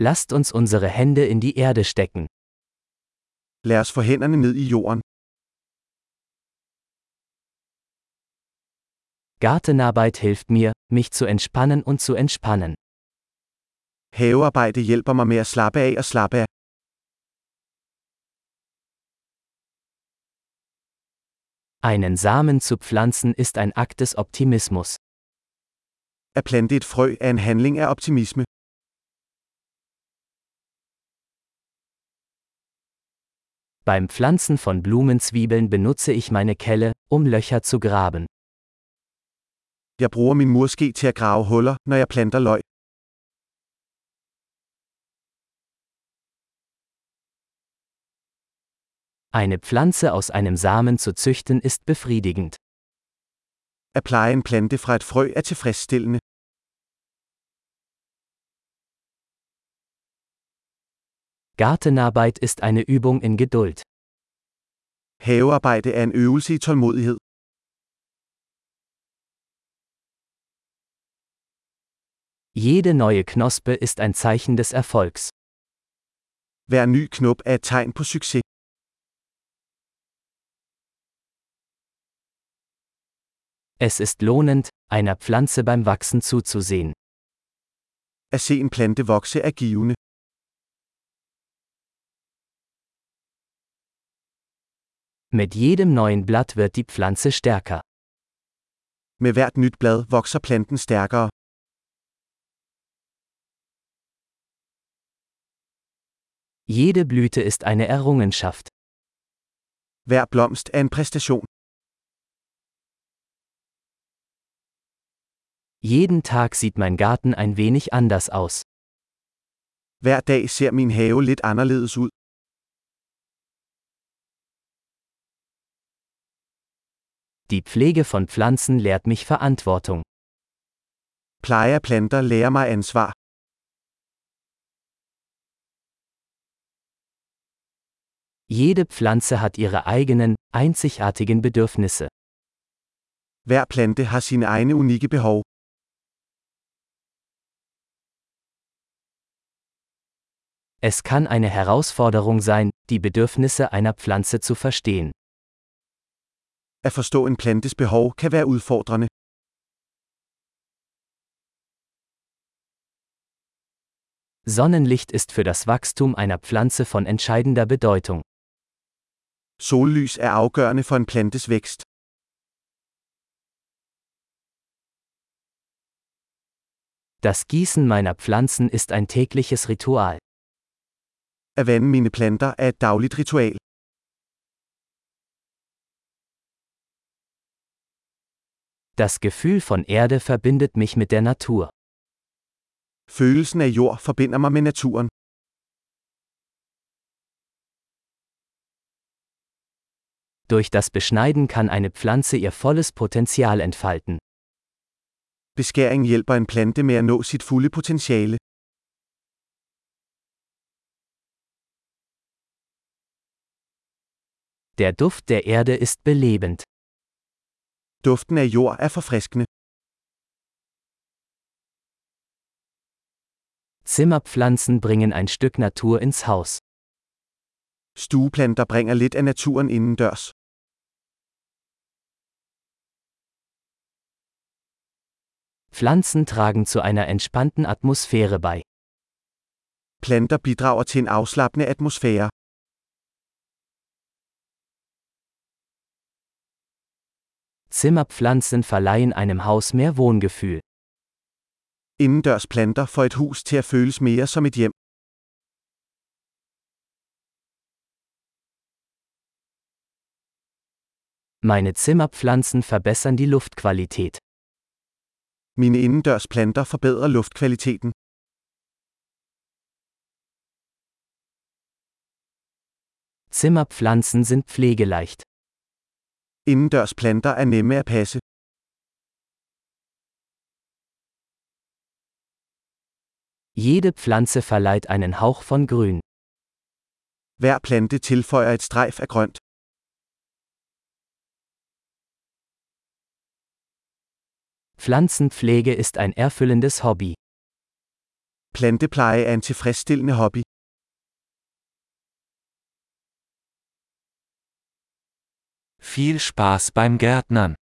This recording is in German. Lasst uns unsere Hände in die Erde stecken. Lad os få hænderne ned i jorden. Gartenarbeit hilft mir, mich zu entspannen und zu entspannen. Havearbejde hjælper mig med at slappe af og slappe af. Einen Samen zu pflanzen ist ein Akt des Optimismus. At plante et frø er en handling af optimisme. Beim Pflanzen von Blumenzwiebeln benutze ich meine Kelle, um Löcher zu graben. Jeg bruger min murske til at grave huller, når jeg planter løg. Eine Pflanze aus einem Samen zu züchten ist befriedigend. At pleje en plante fra et frø er tilfredsstillende. Gartenarbeit ist eine Übung in Geduld. Havearbejde er en øvelse i tålmodighed. Jede neue Knospe ist ein Zeichen des Erfolgs. Hver ny knop er et tegn på succes. Es ist lohnend, einer Pflanze beim Wachsen zuzusehen. At se en plante vokse er givende. Mit jedem neuen Blatt wird die Pflanze stärker. Med hvert nyt blad vokser planten stærkere. Jede Blüte ist eine Errungenschaft. Hver blomst er en præstation. Jeden Tag sieht mein Garten ein wenig anders aus. Hver dag ser min have lidt anderledes ud. Die Pflege von Pflanzen lehrt mich Verantwortung. Pleje af planter lærer mig ansvar. Jede Pflanze hat ihre eigenen, einzigartigen Bedürfnisse. Hver plante har sine egne unikke behov. Es kann eine Herausforderung sein, die Bedürfnisse einer Pflanze zu verstehen. At forstå en plantes behov kan være udfordrende. Sonnenlicht ist für das Wachstum einer Pflanze von entscheidender Bedeutung. Sollys er afgørende for en plantes vækst. Das Gießen meiner Pflanzen ist ein tägliches Ritual. At vande mine planter er et dagligt ritual. Das Gefühl von Erde verbindet mich mit der Natur. Følelsen af jord forbinder mig med naturen. Durch das Beschneiden kann eine Pflanze ihr volles Potenzial entfalten. Beskæring hjælper en plante med at nå sit fulde potentiale. Der Duft der Erde ist belebend. Duften af jord er forfriskende. Zimmerpflanzen bringen ein Stück Natur ins Haus. Stueplanter bringer lidt af naturen indendørs. Pflanzen tragen zu einer entspannten Atmosphäre bei. Planter bidrager til en afslappende atmosfære. Zimmerpflanzen verleihen einem Haus mehr Wohngefühl. Indendørs planter får et hus til at føles mere som et hjem. Meine Zimmerpflanzen verbessern die Luftqualität. Mine indendørs planter forbedrer luftkvaliteten. Zimmerpflanzen sind pflegeleicht. Indendørs planter er nemme at passe. Jede Pflanze verleiht einen Hauch von Grün. Hver plante tilføjer et strejf af grønt. Pflanzenpflege ist ein erfüllendes Hobby. Plantepleje er en tilfredsstillende hobby. Viel Spaß beim Gärtnern.